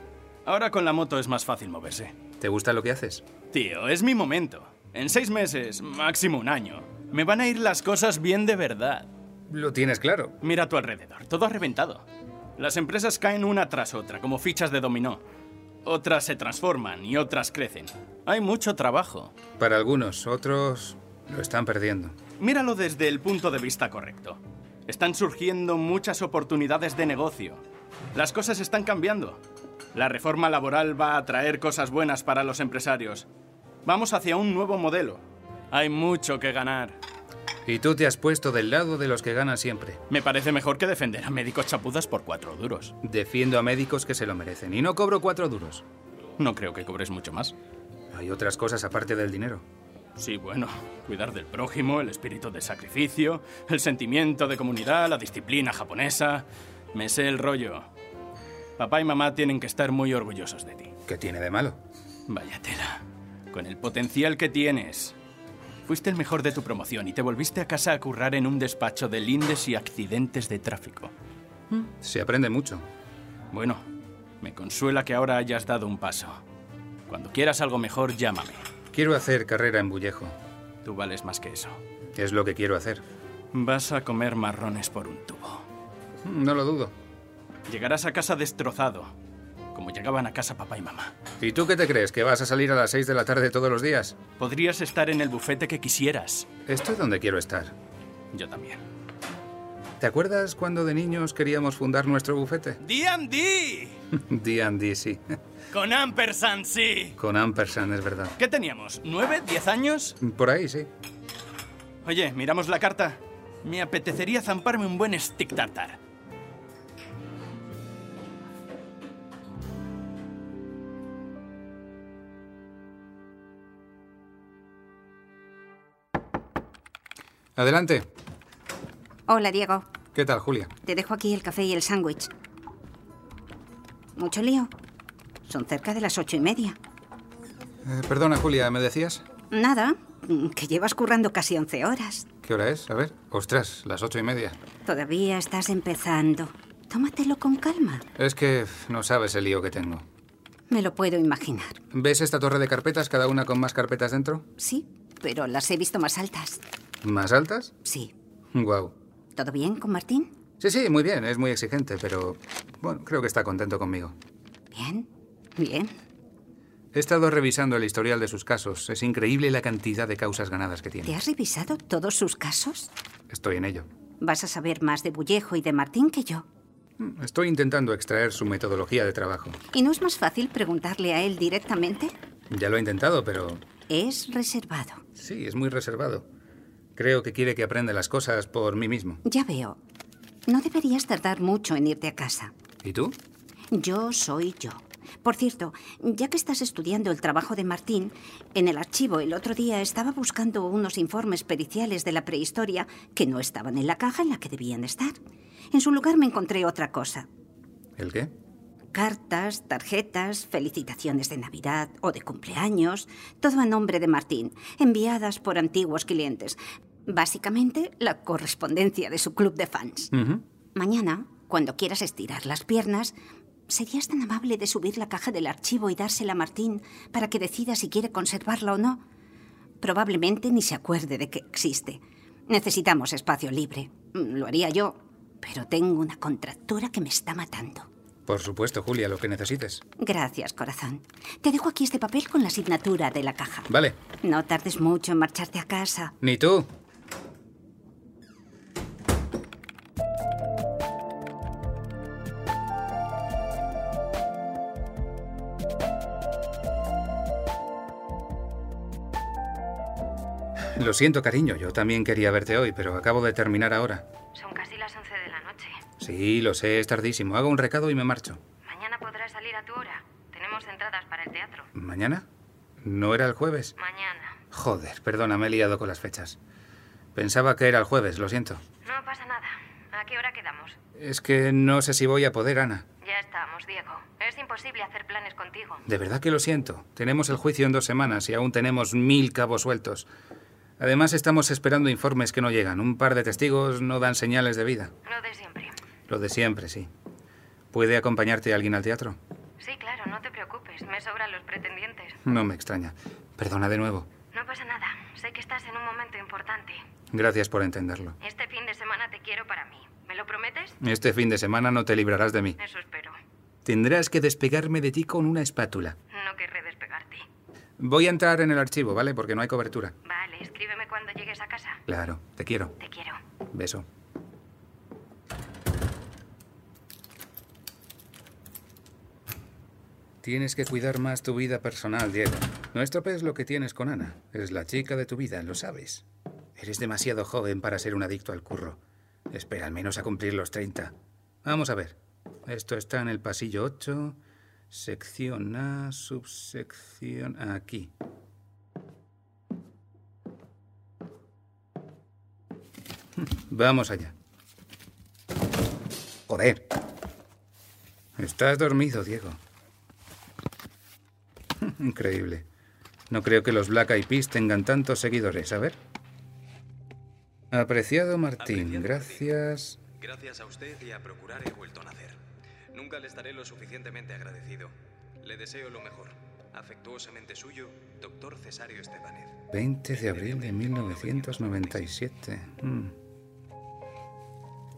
K: Ahora con la moto es más fácil moverse.
D: ¿Te gusta lo que haces?
K: Tío, es mi momento. En seis meses, máximo un año, me van a ir las cosas bien de verdad.
D: Lo tienes claro.
K: Mira a tu alrededor, todo ha reventado. Las empresas caen una tras otra, como fichas de dominó. Otras se transforman y otras crecen. Hay mucho trabajo.
D: Para algunos, otros lo están perdiendo.
K: Míralo desde el punto de vista correcto. Están surgiendo muchas oportunidades de negocio. Las cosas están cambiando. La reforma laboral va a traer cosas buenas para los empresarios. Vamos hacia un nuevo modelo. Hay mucho que ganar.
D: Y tú te has puesto del lado de los que ganan siempre.
K: Me parece mejor que defender a médicos chapudas por cuatro duros.
D: Defiendo a médicos que se lo merecen y no cobro cuatro duros.
K: No creo que cobres mucho más.
D: Hay otras cosas aparte del dinero.
K: Sí, bueno, cuidar del prójimo, el espíritu de sacrificio, el sentimiento de comunidad, la disciplina japonesa. Me sé el rollo. Papá y mamá tienen que estar muy orgullosos de ti.
D: ¿Qué tiene de malo?
K: Vaya tela. Con el potencial que tienes, Fuiste el mejor de tu promoción y te volviste a casa a currar en un despacho de lindes y accidentes de tráfico.
D: Se aprende mucho.
K: Bueno, me consuela que ahora hayas dado un paso. Cuando quieras algo mejor, llámame.
D: Quiero hacer carrera en Bullejo.
K: Tú vales más que eso.
D: Es lo que quiero hacer.
K: Vas a comer marrones por un tubo.
D: No lo dudo.
K: Llegarás a casa destrozado, como llegaban a casa papá y mamá.
D: ¿Y tú qué te crees? ¿Que vas a salir a las 6 de la tarde todos los días?
K: Podrías estar en el bufete que quisieras.
D: Estoy donde quiero estar.
K: Yo también.
D: ¿Te acuerdas cuando de niños queríamos fundar nuestro bufete?
K: D&D.
D: D&D, sí.
K: Con Ampersand, sí.
D: Con Ampersand, es verdad.
K: ¿Qué teníamos? ¿Nueve? ¿Diez años?
D: Por ahí, sí.
K: Oye, miramos la carta. Me apetecería zamparme un buen stick tartar.
D: Adelante.
J: Hola, Diego.
D: ¿Qué tal, Julia?
J: Te dejo aquí el café y el sándwich. ¿Mucho lío? Son cerca de las ocho y media.
D: Eh, perdona, Julia, ¿me decías?
J: Nada, que llevas currando casi once horas.
D: ¿Qué hora es? A ver. Ostras, las ocho y media.
J: Todavía estás empezando. Tómatelo con calma.
D: Es que no sabes el lío que tengo.
J: Me lo puedo imaginar.
D: ¿Ves esta torre de carpetas, cada una con más carpetas dentro?
J: Sí, pero las he visto más altas.
D: ¿Más altas?
J: Sí.
D: Wow.
J: ¿Todo bien con Martín?
D: Sí, sí, muy bien. Es muy exigente, pero bueno, creo que está contento conmigo.
J: Bien, bien.
D: He estado revisando el historial de sus casos. Es increíble la cantidad de causas ganadas que tiene.
J: ¿Te has revisado todos sus casos?
D: Estoy en ello.
J: Vas a saber más de Bullejo y de Martín que yo.
D: Mm, Estoy intentando extraer su metodología de trabajo.
J: ¿Y no es más fácil preguntarle a él directamente?
D: Ya lo he intentado, pero
J: Es reservado.
D: sí, es muy reservado. Creo que quiere que aprenda las cosas por mí mismo.
J: Ya veo. No deberías tardar mucho en irte a casa.
D: ¿Y tú?
J: Yo soy yo. Por cierto, ya que estás estudiando el trabajo de Martín, en el archivo el otro día estaba buscando unos informes periciales de la prehistoria que no estaban en la caja en la que debían estar. En su lugar me encontré otra cosa.
D: ¿El qué?
J: Cartas, tarjetas, felicitaciones de Navidad o de cumpleaños, todo a nombre de Martín, enviadas por antiguos clientes. Básicamente, la correspondencia de su club de fans.
D: Ujú.
J: Mañana, cuando quieras estirar las piernas, ¿serías tan amable de subir la caja del archivo y dársela a Martín para que decida si quiere conservarla o no? Probablemente ni se acuerde de que existe. Necesitamos espacio libre. Mm, Lo haría yo, pero tengo una contractura que me está matando.
D: Por supuesto, Julia, lo que necesites.
J: Gracias, corazón. Te dejo aquí este papel con la asignatura de la caja.
D: Vale.
J: No tardes mucho en marcharte a casa.
D: Ni tú. Lo siento, cariño. Yo también quería verte hoy, pero acabo de terminar ahora.
I: Son casi las 11 de la noche.
D: Sí, lo sé, es tardísimo. Hago un recado y me marcho.
I: Mañana podrás salir a tu hora. Tenemos entradas para el teatro.
D: ¿Mañana? ¿No era el jueves?
I: Mañana.
D: Joder, perdona, me he liado con las fechas. Pensaba que era el jueves, lo siento.
I: No pasa nada. ¿A qué hora quedamos?
D: Es que no sé si voy a poder, Ana.
I: Ya estamos, Diego. Es imposible hacer planes contigo.
D: De verdad que lo siento. Tenemos el juicio en dos semanas y aún tenemos mil cabos sueltos. Además, estamos esperando informes que no llegan. Un par de testigos no dan señales de vida.
I: Lo de siempre.
D: Lo de siempre, sí. ¿Puede acompañarte alguien al teatro?
I: Sí, claro, no te preocupes. Me sobran los pretendientes.
D: No me extraña. Perdona de nuevo.
I: No pasa nada. Sé que estás en un momento importante.
D: Gracias por entenderlo.
I: Este fin de semana te quiero para mí. ¿Me lo prometes?
D: Este fin de semana no te librarás de mí.
I: Eso espero.
D: Tendrás que despegarme de ti con una espátula.
I: No querré despegarte.
D: Voy a entrar en el archivo, ¿vale? Porque no hay cobertura.
I: Vale, escríbeme cuando llegues a casa.
D: Claro, te quiero.
I: Te quiero.
D: Beso. Tienes que cuidar más tu vida personal, Diego. No estropees lo que tienes con Ana. Es la chica de tu vida, lo sabes. Eres demasiado joven para ser un adicto al curro. Espera al menos a cumplir los 30. Vamos a ver. Esto está en el pasillo 8, sección A, subsección aquí. Vamos allá. Joder. Estás dormido, Diego. Increíble. No creo que los Black Eyed Peas tengan tantos seguidores. A ver. Apreciado Martín, gracias.
L: Gracias a usted y a procurar he vuelto a nacer. Nunca le estaré lo suficientemente agradecido. Le deseo lo mejor. Afectuosamente suyo, doctor Cesario Estebanez.
D: 20 de abril de 1997. Mm.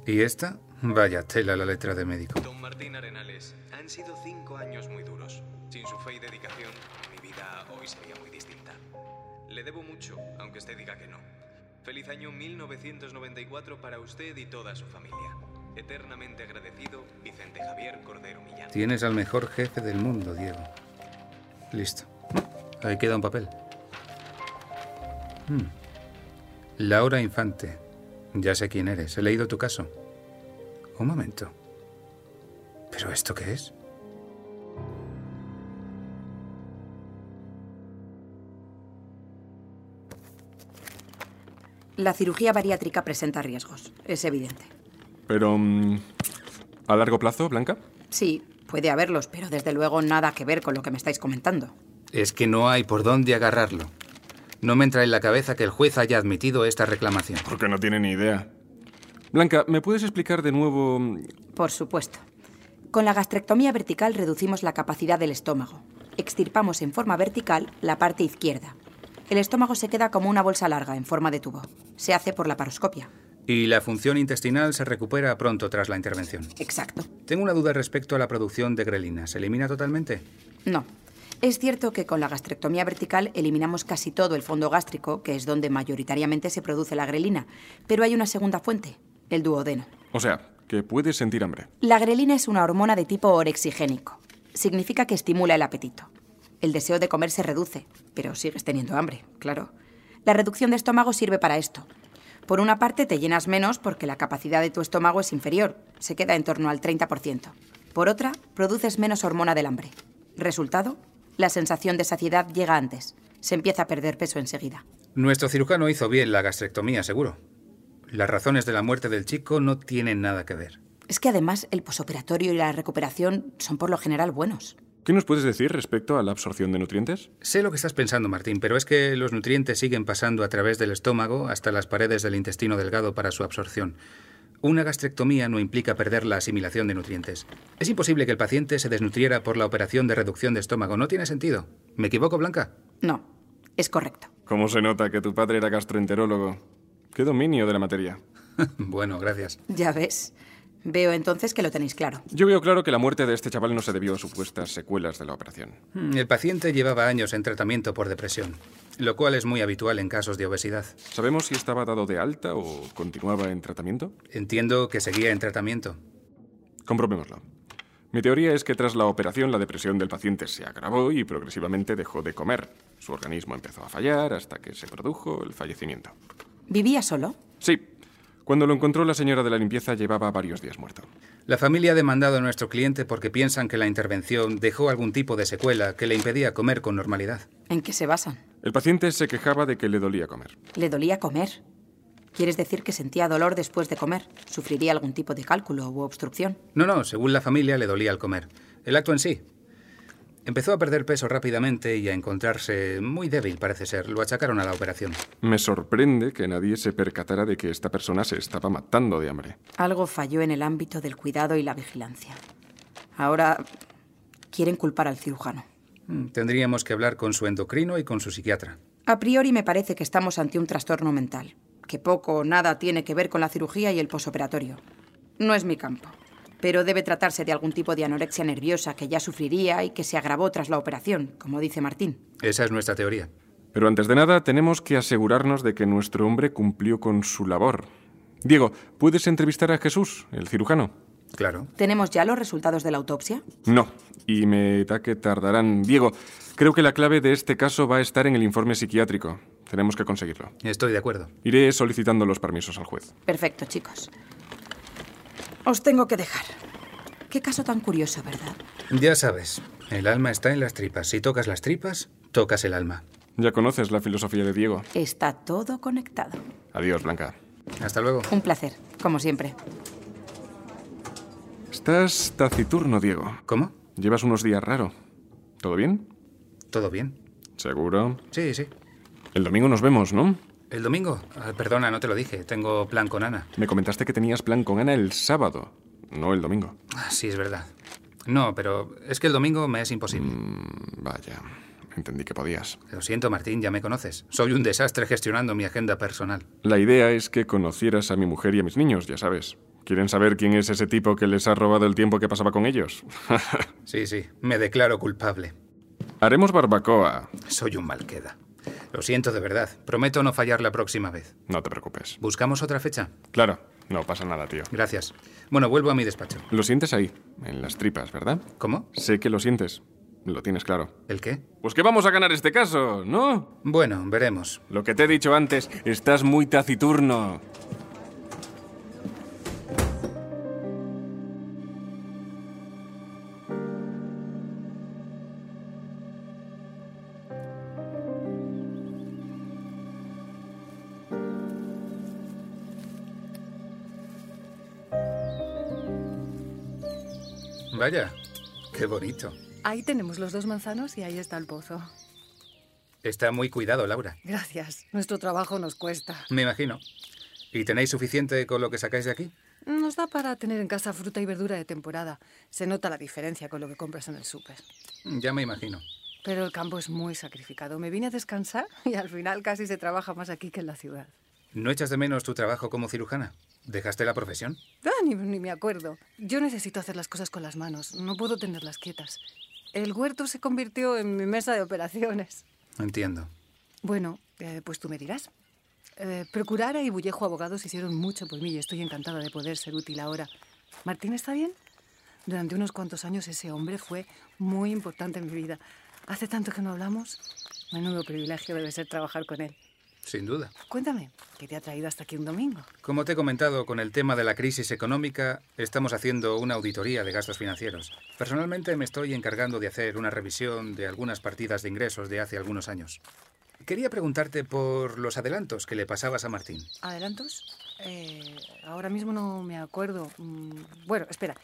D: ¿Y esta? Vaya tela la letra de médico.
L: Don Martín Arenales, han sido cinco años muy duros. Sin su fe y dedicación, mi vida hoy sería muy distinta. Le debo mucho, aunque usted diga que no. Feliz año 1994 para usted y toda su familia. Eternamente agradecido, Vicente Javier Cordero Millán.
D: Tienes al mejor jefe del mundo, Diego. Listo. Ahí queda un papel. Mm. Laura Infante. Ya sé quién eres. He leído tu caso. Un momento. ¿Pero esto qué es?
M: La cirugía bariátrica presenta riesgos, es evidente.
N: Pero... mm, ¿A largo plazo, Blanca?
M: Sí, puede haberlos, pero desde luego nada que ver con lo que me estáis comentando.
D: Es que no hay por dónde agarrarlo. No me entra en la cabeza que el juez haya admitido esta reclamación.
N: Porque no tiene ni idea. Blanca, ¿me puedes explicar de nuevo... mm,
M: Por supuesto. Con la gastrectomía vertical reducimos la capacidad del estómago. Extirpamos en forma vertical la parte izquierda. El estómago se queda como una bolsa larga en forma de tubo. Se hace por la paroscopia.
D: Y la función intestinal se recupera pronto tras la intervención.
M: Exacto.
D: Tengo una duda respecto a la producción de grelina. ¿Se elimina totalmente?
M: No. Es cierto que con la gastrectomía vertical eliminamos casi todo el fondo gástrico, que es donde mayoritariamente se produce la grelina, pero hay una segunda fuente, el duodeno.
N: O sea,
H: que puede sentir hambre.
M: La grelina es una hormona de tipo orexigénico. Significa que estimula el apetito. El deseo de comer se reduce, pero sigues teniendo hambre, claro. La reducción de estómago sirve para esto. Por una parte, te llenas menos porque la capacidad de tu estómago es inferior, se queda en torno al 30%. Por otra, produces menos hormona del hambre. Resultado, la sensación de saciedad llega antes. Se empieza a perder peso enseguida.
D: Nuestro cirujano hizo bien la gastrectomía, seguro. Las razones de la muerte del chico no tienen nada que ver.
M: Es que además el posoperatorio y la recuperación son por lo general buenos.
H: ¿Qué nos puedes decir respecto a la absorción de nutrientes?
D: Sé lo que estás pensando, Martín, pero es que los nutrientes siguen pasando a través del estómago hasta las paredes del intestino delgado para su absorción. Una gastrectomía no implica perder la asimilación de nutrientes. Es imposible que el paciente se desnutriera por la operación de reducción de estómago. No tiene sentido. ¿Me equivoco, Blanca?
M: No, es correcto.
H: ¿Cómo se nota que tu padre era gastroenterólogo? Qué dominio de la materia.
D: bueno, gracias.
M: Ya ves. Veo entonces que lo tenéis claro.
H: Yo veo claro que la muerte de este chaval no se debió a supuestas secuelas de la operación.
D: Hmm, El paciente llevaba años en tratamiento por depresión, lo cual es muy habitual en casos de obesidad.
H: ¿Sabemos si estaba dado de alta o continuaba en tratamiento?
D: Entiendo que seguía en tratamiento.
H: Comprobémoslo. Mi teoría es que tras la operación la depresión del paciente se agravó y progresivamente dejó de comer. Su organismo empezó a fallar hasta que se produjo el fallecimiento.
M: ¿Vivía solo?
H: Sí. Cuando lo encontró la señora de la limpieza llevaba varios días muerto.
D: La familia ha demandado a nuestro cliente porque piensan que la intervención dejó algún tipo de secuela que le impedía comer con normalidad.
M: ¿En qué se basan?
H: El paciente se quejaba de que le dolía comer.
M: Le dolía comer. ¿Quieres decir que sentía dolor después de comer? ¿Sufriría algún tipo de cálculo u obstrucción?
D: No, no, según la familia le dolía al comer. El acto en sí. Empezó a perder peso rápidamente y a encontrarse muy débil, parece ser. Lo achacaron a la operación.
H: Me sorprende que nadie se percatara de que esta persona se estaba matando de hambre.
M: Algo falló en el ámbito del cuidado y la vigilancia. Ahora quieren culpar al cirujano.
D: Mm, Tendríamos que hablar con su endocrino y con su psiquiatra.
M: A priori me parece que estamos ante un trastorno mental, que poco o nada tiene que ver con la cirugía y el posoperatorio. No es mi campo pero debe tratarse de algún tipo de anorexia nerviosa que ya sufriría y que se agravó tras la operación, como dice Martín.
D: Esa es nuestra teoría.
H: Pero antes de nada, tenemos que asegurarnos de que nuestro hombre cumplió con su labor. Diego, ¿puedes entrevistar a Jesús, el cirujano?
D: Claro.
M: ¿Tenemos ya los resultados de la autopsia?
H: No, y me da que tardarán. Diego, creo que la clave de este caso va a estar en el informe psiquiátrico. Tenemos que conseguirlo.
D: Estoy de acuerdo.
H: Iré solicitando los permisos al juez.
M: Perfecto, chicos. Os tengo que dejar. Qué caso tan curioso, ¿verdad?
D: Ya sabes, el alma está en las tripas. Si tocas las tripas, tocas el alma.
H: Ya conoces la filosofía de Diego.
M: Está todo conectado.
H: Adiós, Blanca.
D: Hasta luego.
M: Un placer, como siempre.
H: Estás taciturno, Diego.
D: ¿Cómo?
H: Llevas unos días raro. ¿Todo bien?
D: ¿Todo bien?
H: ¿Seguro?
D: Sí, sí.
H: El domingo nos vemos, ¿no?
D: ¿El domingo? Ah, perdona, no te lo dije. Tengo plan con Ana.
H: Me comentaste que tenías plan con Ana el sábado, no el domingo.
D: Ah, sí, es verdad. No, pero es que el domingo me es imposible.
H: Mm, vaya, entendí que podías.
D: Lo siento, Martín, ya me conoces. Soy un desastre gestionando mi agenda personal.
H: La idea es que conocieras a mi mujer y a mis niños, ya sabes. ¿Quieren saber quién es ese tipo que les ha robado el tiempo que pasaba con ellos?
D: Sí, sí, me declaro culpable.
H: Haremos barbacoa.
D: Soy un malqueda. Lo siento de verdad. Prometo no fallar la próxima vez.
H: No te preocupes.
D: ¿Buscamos otra fecha?
H: Claro, no pasa nada, tío.
D: Gracias. Bueno, vuelvo a mi despacho.
H: Lo sientes ahí, en las tripas, ¿verdad?
D: ¿Cómo?
H: Sé que lo sientes. Lo tienes claro.
D: ¿El qué?
H: Pues que vamos a ganar este caso, ¿no?
D: Bueno, veremos.
H: Lo que te he dicho antes, estás muy taciturno.
D: Vaya, qué bonito.
O: Ahí tenemos los dos manzanos y ahí está el pozo.
D: Está muy cuidado, Laura.
O: Gracias. Nuestro trabajo nos cuesta.
D: Me imagino. ¿Y tenéis suficiente con lo que sacáis de aquí?
O: Nos da para tener en casa fruta y verdura de temporada. Se nota la diferencia con lo que compras en el súper.
D: Ya me imagino.
O: Pero el campo es muy sacrificado. Me vine a descansar y al final casi se trabaja más aquí que en la ciudad.
D: ¿No echas de menos tu trabajo como cirujana? ¿Dejaste la profesión?
O: Ah, ni, ni me acuerdo. Yo necesito hacer las cosas con las manos. No puedo tenerlas quietas. El huerto se convirtió en mi mesa de operaciones.
D: Entiendo.
O: Bueno, eh, pues tú me dirás. Eh, Procurara y Bullejo Abogados hicieron mucho por mí y estoy encantada de poder ser útil ahora. ¿Martín está bien? Durante unos cuantos años ese hombre fue muy importante en mi vida. Hace tanto que no hablamos. Menudo privilegio debe ser trabajar con él.
D: Sin duda.
O: Cuéntame, ¿qué te ha traído hasta aquí un domingo?
D: Como te he comentado, con el tema de la crisis económica estamos haciendo una auditoría de gastos financieros. Personalmente me estoy encargando de hacer una revisión de algunas partidas de ingresos de hace algunos años. Quería preguntarte por los adelantos que le pasabas a Martín.
O: ¿Adelantos? Eh, ahora mismo no me acuerdo. Mm, Bueno, espera.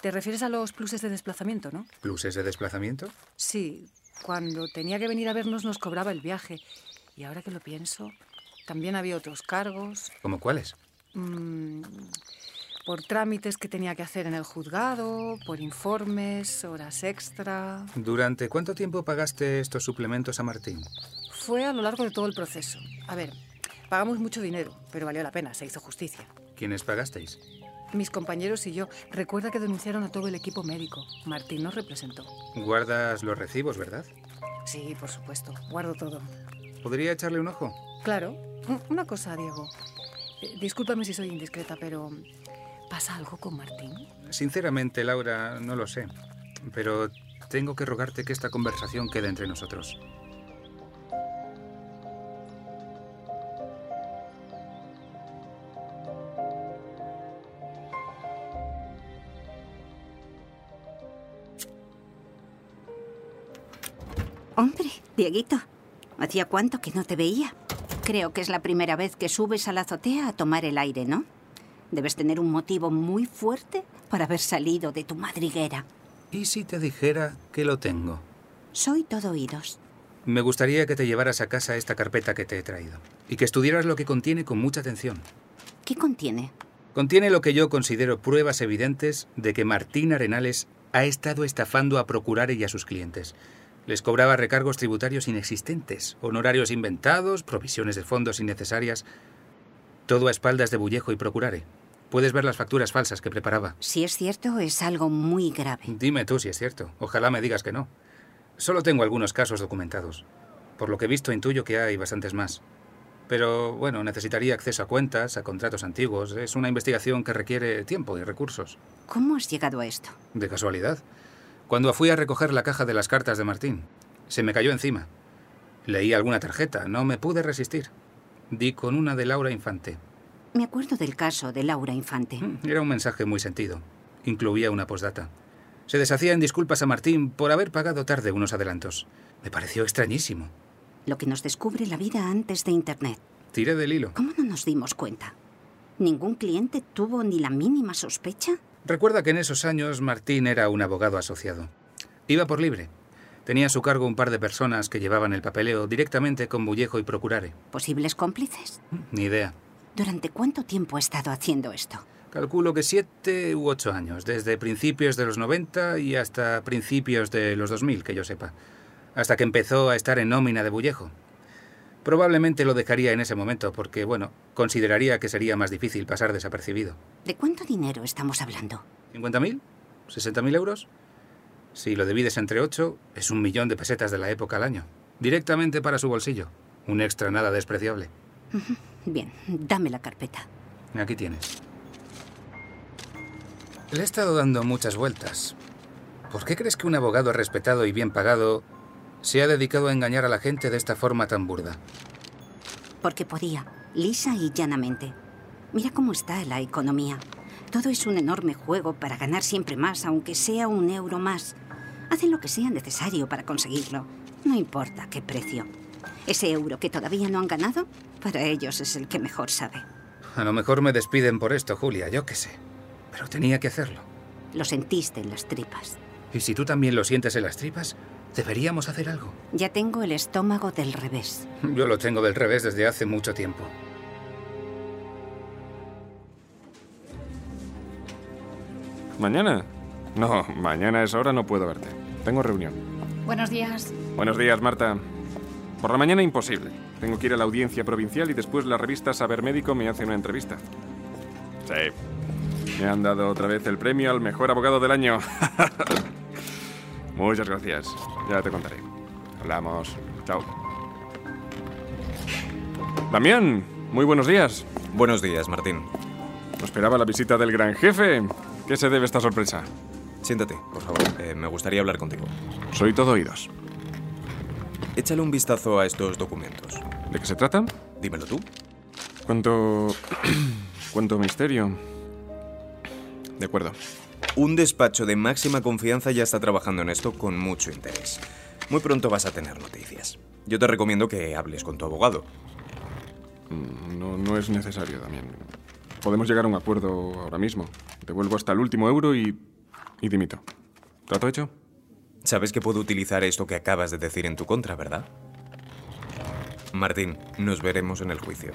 O: ¿Te refieres a los pluses de desplazamiento, no?
D: ¿Pluses de desplazamiento?
O: Sí, cuando tenía que venir a vernos nos cobraba el viaje. Y ahora que lo pienso, también había otros cargos
D: ¿Como cuáles?
O: mm, por trámites que tenía que hacer en el juzgado, por informes, horas extra.
D: ¿Durante cuánto tiempo pagaste estos suplementos a Martín?
O: Fue a lo largo de todo el proceso. A ver, pagamos mucho dinero, pero valió la pena, se hizo justicia.
D: ¿Quiénes pagasteis?
O: Mis compañeros y yo, recuerda que denunciaron a todo el equipo médico. Martín nos representó.
D: Guardas los recibos, ¿verdad?
O: Sí, por supuesto, guardo todo.
D: ¿Podría echarle un ojo?
O: Claro. Un- Una cosa, Diego. Eh, discúlpame si soy indiscreta, pero ¿pasa algo con Martín?
D: Sinceramente, Laura, no lo sé. Pero tengo que rogarte que esta conversación quede entre nosotros.
J: Hombre, Dieguito, ¿hacía cuánto que no te veía? Creo que es la primera vez que subes a la azotea a tomar el aire, ¿no? Debes tener un motivo muy fuerte para haber salido de tu madriguera.
D: ¿Y si te dijera que lo tengo?
J: Soy todo oídos.
D: Me gustaría que te llevaras a casa esta carpeta que te he traído y que estudiaras lo que contiene con mucha atención.
J: ¿Qué contiene?
D: Contiene lo que yo considero pruebas evidentes de que Martín Arenales ha estado estafando a Procurare y a sus clientes. Les cobraba recargos tributarios inexistentes, honorarios inventados, provisiones de fondos innecesarias. Todo a espaldas de Bullejo y Procurare. Puedes ver las facturas falsas que preparaba.
J: Si es cierto, es algo muy grave.
D: Dime tú si es cierto. Ojalá me digas que no. Solo tengo algunos casos documentados. Por lo que he visto, intuyo que hay bastantes más. Pero bueno, necesitaría acceso a cuentas, a contratos antiguos. Es una investigación que requiere tiempo y recursos.
J: ¿Cómo has llegado a esto?
D: De casualidad. Cuando fui a recoger la caja de las cartas de Martín, se me cayó encima. Leí alguna tarjeta, no me pude resistir. Di con una de Laura Infante. Mm,
J: Me acuerdo del caso de Laura Infante.
D: Era un mensaje muy sentido. Incluía una postdata. Se deshacía en disculpas a Martín por haber pagado tarde unos adelantos. Me pareció extrañísimo.
J: Lo que nos descubre la vida antes de Internet.
D: Tiré del hilo.
J: ¿Cómo no nos dimos cuenta? ¿Ningún cliente tuvo ni la mínima sospecha?
D: Recuerda que en esos años Martín era un abogado asociado. Iba por libre. Tenía a su cargo un par de personas que llevaban el papeleo directamente con Bullejo y Procurare. Mm,
J: ¿Posibles cómplices?
D: Ni idea.
J: ¿Durante cuánto tiempo ha estado haciendo esto?
D: Calculo que siete u ocho años, desde principios de los 90 y hasta principios de los 2000, que yo sepa, hasta que empezó a estar en nómina de Bullejo. Probablemente lo dejaría en ese momento, porque, bueno, consideraría que sería más difícil pasar desapercibido.
J: ¿De cuánto dinero estamos hablando?
D: ¿50.000? ¿60.000 euros? Si lo divides entre ocho, es un millón de pesetas de la época al año, directamente para su bolsillo. Un extra nada despreciable.
J: Bien, dame la carpeta.
D: Aquí tienes. Le he estado dando muchas vueltas. ¿Por qué crees que un abogado respetado y bien pagado se ha dedicado a engañar a la gente de esta forma tan burda?
J: Porque podía, lisa y llanamente. Mira cómo está la economía. Todo es un enorme juego para ganar siempre más, aunque sea un euro más. Hacen lo que sea necesario para conseguirlo. No importa qué precio. Ese euro que todavía no han ganado, para ellos es el que mejor sabe.
D: A lo mejor me despiden por esto, Julia, yo qué sé. Pero tenía que hacerlo.
J: Lo sentiste en las tripas.
D: Y si tú también lo sientes en las tripas, deberíamos hacer algo.
J: Ya tengo el estómago del revés.
D: Yo lo tengo del revés desde hace mucho tiempo.
H: ¿Mañana? No, mañana a esa hora no puedo verte. Tengo reunión.
I: Buenos días.
H: Buenos días, Marta. Por la mañana imposible. Tengo que ir a la audiencia provincial y después la revista Saber Médico me hace una entrevista. Sí. Me han dado otra vez el premio al mejor abogado del año. Muchas gracias. Ya te contaré. Hablamos. Chao. Damián, muy buenos días.
L: Buenos días, Martín.
H: No esperaba la visita del gran jefe. ¿Qué se debe esta sorpresa?
L: Siéntate, por favor. Eh, me gustaría hablar contigo.
H: Soy todo oídos.
L: Échale un vistazo a estos documentos.
H: ¿De qué se tratan?
L: Dímelo tú.
H: Cuánto... cuánto misterio. De acuerdo.
L: Un despacho de máxima confianza ya está trabajando en esto con mucho interés. Muy pronto vas a tener noticias. Yo te recomiendo que hables con tu abogado.
H: Mm, No, no es necesario, Damián. Podemos llegar a un acuerdo ahora mismo. Devuelvo hasta el último euro y... y dimito. ¿Trato hecho?
L: Sabes que puedo utilizar esto que acabas de decir en tu contra, ¿verdad? Martín, nos veremos en el juicio.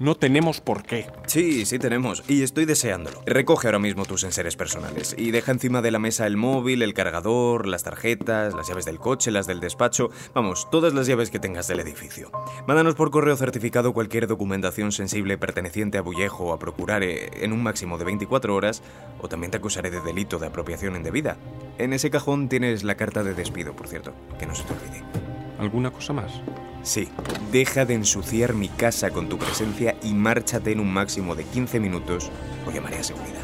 N: No tenemos por qué.
L: Sí, sí tenemos, y estoy deseándolo. Recoge ahora mismo tus enseres personales y deja encima de la mesa el móvil, el cargador, las tarjetas, las llaves del coche, las del despacho, vamos, todas las llaves que tengas del edificio. Mándanos por correo certificado cualquier documentación sensible perteneciente a Bullejo o a Procurare en un máximo de 24 horas, o también te acusaré de delito de apropiación indebida. En ese cajón tienes la carta de despido, por cierto, que no se te olvide.
H: ¿Alguna cosa más?
L: Sí, deja de ensuciar mi casa con tu presencia y márchate en un máximo de 15 minutos o llamaré a seguridad.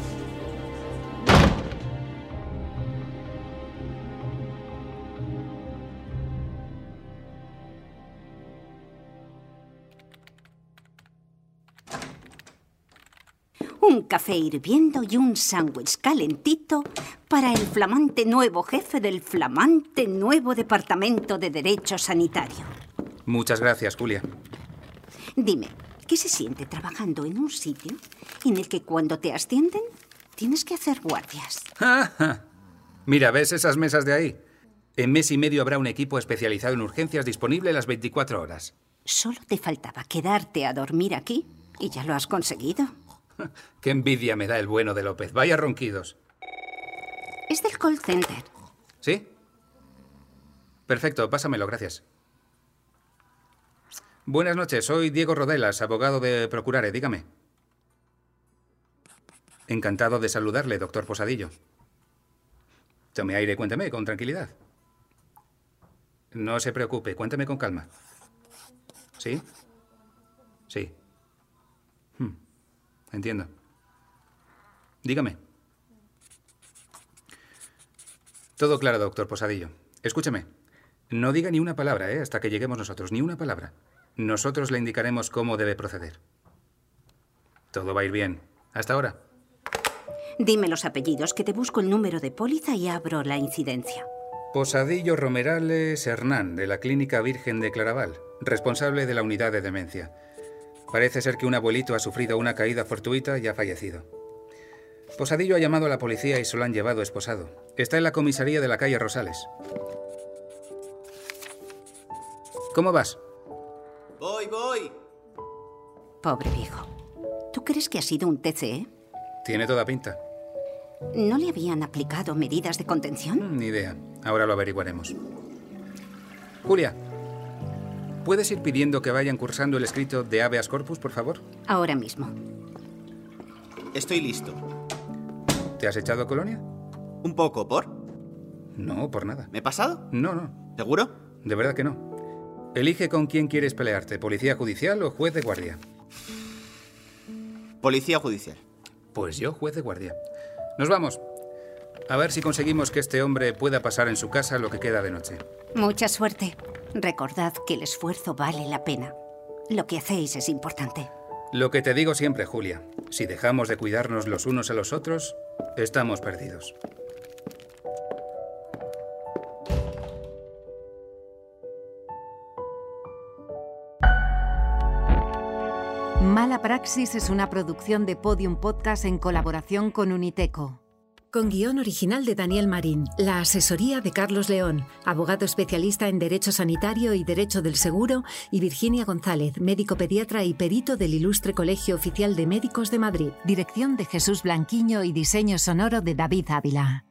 J: Un café hirviendo y un sándwich calentito para el flamante nuevo jefe del flamante nuevo Departamento de Derecho Sanitario.
D: Muchas gracias, Julia.
J: Dime, ¿qué se siente trabajando en un sitio en el que cuando te ascienden tienes que hacer guardias?
D: Ah, Mira, ¿ves esas mesas de ahí? En mes y medio habrá un equipo especializado en urgencias disponible las 24 horas.
J: Solo te faltaba quedarte a dormir aquí y ya lo has conseguido.
D: Qué envidia me da el bueno de López. Vaya ronquidos.
J: Es del call center.
D: ¿Sí? Perfecto, pásamelo, gracias. Buenas noches, soy Diego Rodelas, abogado de Procurare, dígame. Encantado de saludarle, doctor Posadillo. Tome aire, cuénteme con tranquilidad. No se preocupe, cuénteme con calma. ¿Sí? Sí. Hmm, Entiendo. Dígame. Todo claro, doctor Posadillo. Escúcheme. No diga ni una palabra, ¿eh? Hasta que lleguemos nosotros, ni una palabra. Nosotros le indicaremos cómo debe proceder. Todo va a ir bien. Hasta ahora.
J: Dime los apellidos, que te busco el número de póliza y abro la incidencia.
D: Posadillo Romerales Hernán, de la Clínica Virgen de Claraval, responsable de la unidad de demencia. Parece ser que un abuelito ha sufrido una caída fortuita y ha fallecido. Posadillo ha llamado a la policía y se lo han llevado esposado. Está en la comisaría de la calle Rosales. ¿Cómo vas?
P: Voy, voy.
J: Pobre viejo. ¿Tú crees que ha sido un E? TCE?
D: Tiene toda pinta.
J: ¿No le habían aplicado medidas de contención?
D: Ni idea. Ahora lo averiguaremos. Julia, ¿puedes ir pidiendo que vayan cursando el escrito de habeas corpus, por favor?
J: Ahora mismo.
P: Estoy listo.
D: ¿Te has echado colonia?
P: Un poco, ¿por?
D: No, por nada.
P: ¿Me he pasado?
D: No, no.
P: ¿Seguro?
D: De verdad que no. Elige con quién quieres pelearte, policía judicial o juez de guardia.
P: Policía judicial.
D: Pues yo, juez de guardia. Nos vamos. A ver si conseguimos que este hombre pueda pasar en su casa lo que queda de noche.
J: Mucha suerte. Recordad que el esfuerzo vale la pena. Lo que hacéis es importante.
D: Lo que te digo siempre, Julia, si dejamos de cuidarnos los unos a los otros, estamos perdidos.
B: Mala Praxis es una producción de Podium Podcast en colaboración con Uniteco.
Q: Con guión original de Daniel Marín, la asesoría de Carlos León, abogado especialista en Derecho Sanitario y Derecho del Seguro, y Virginia González, médico pediatra y perito del Ilustre Colegio Oficial de Médicos de Madrid.
B: Dirección de Jesús Blanquiño y diseño sonoro de David Ávila.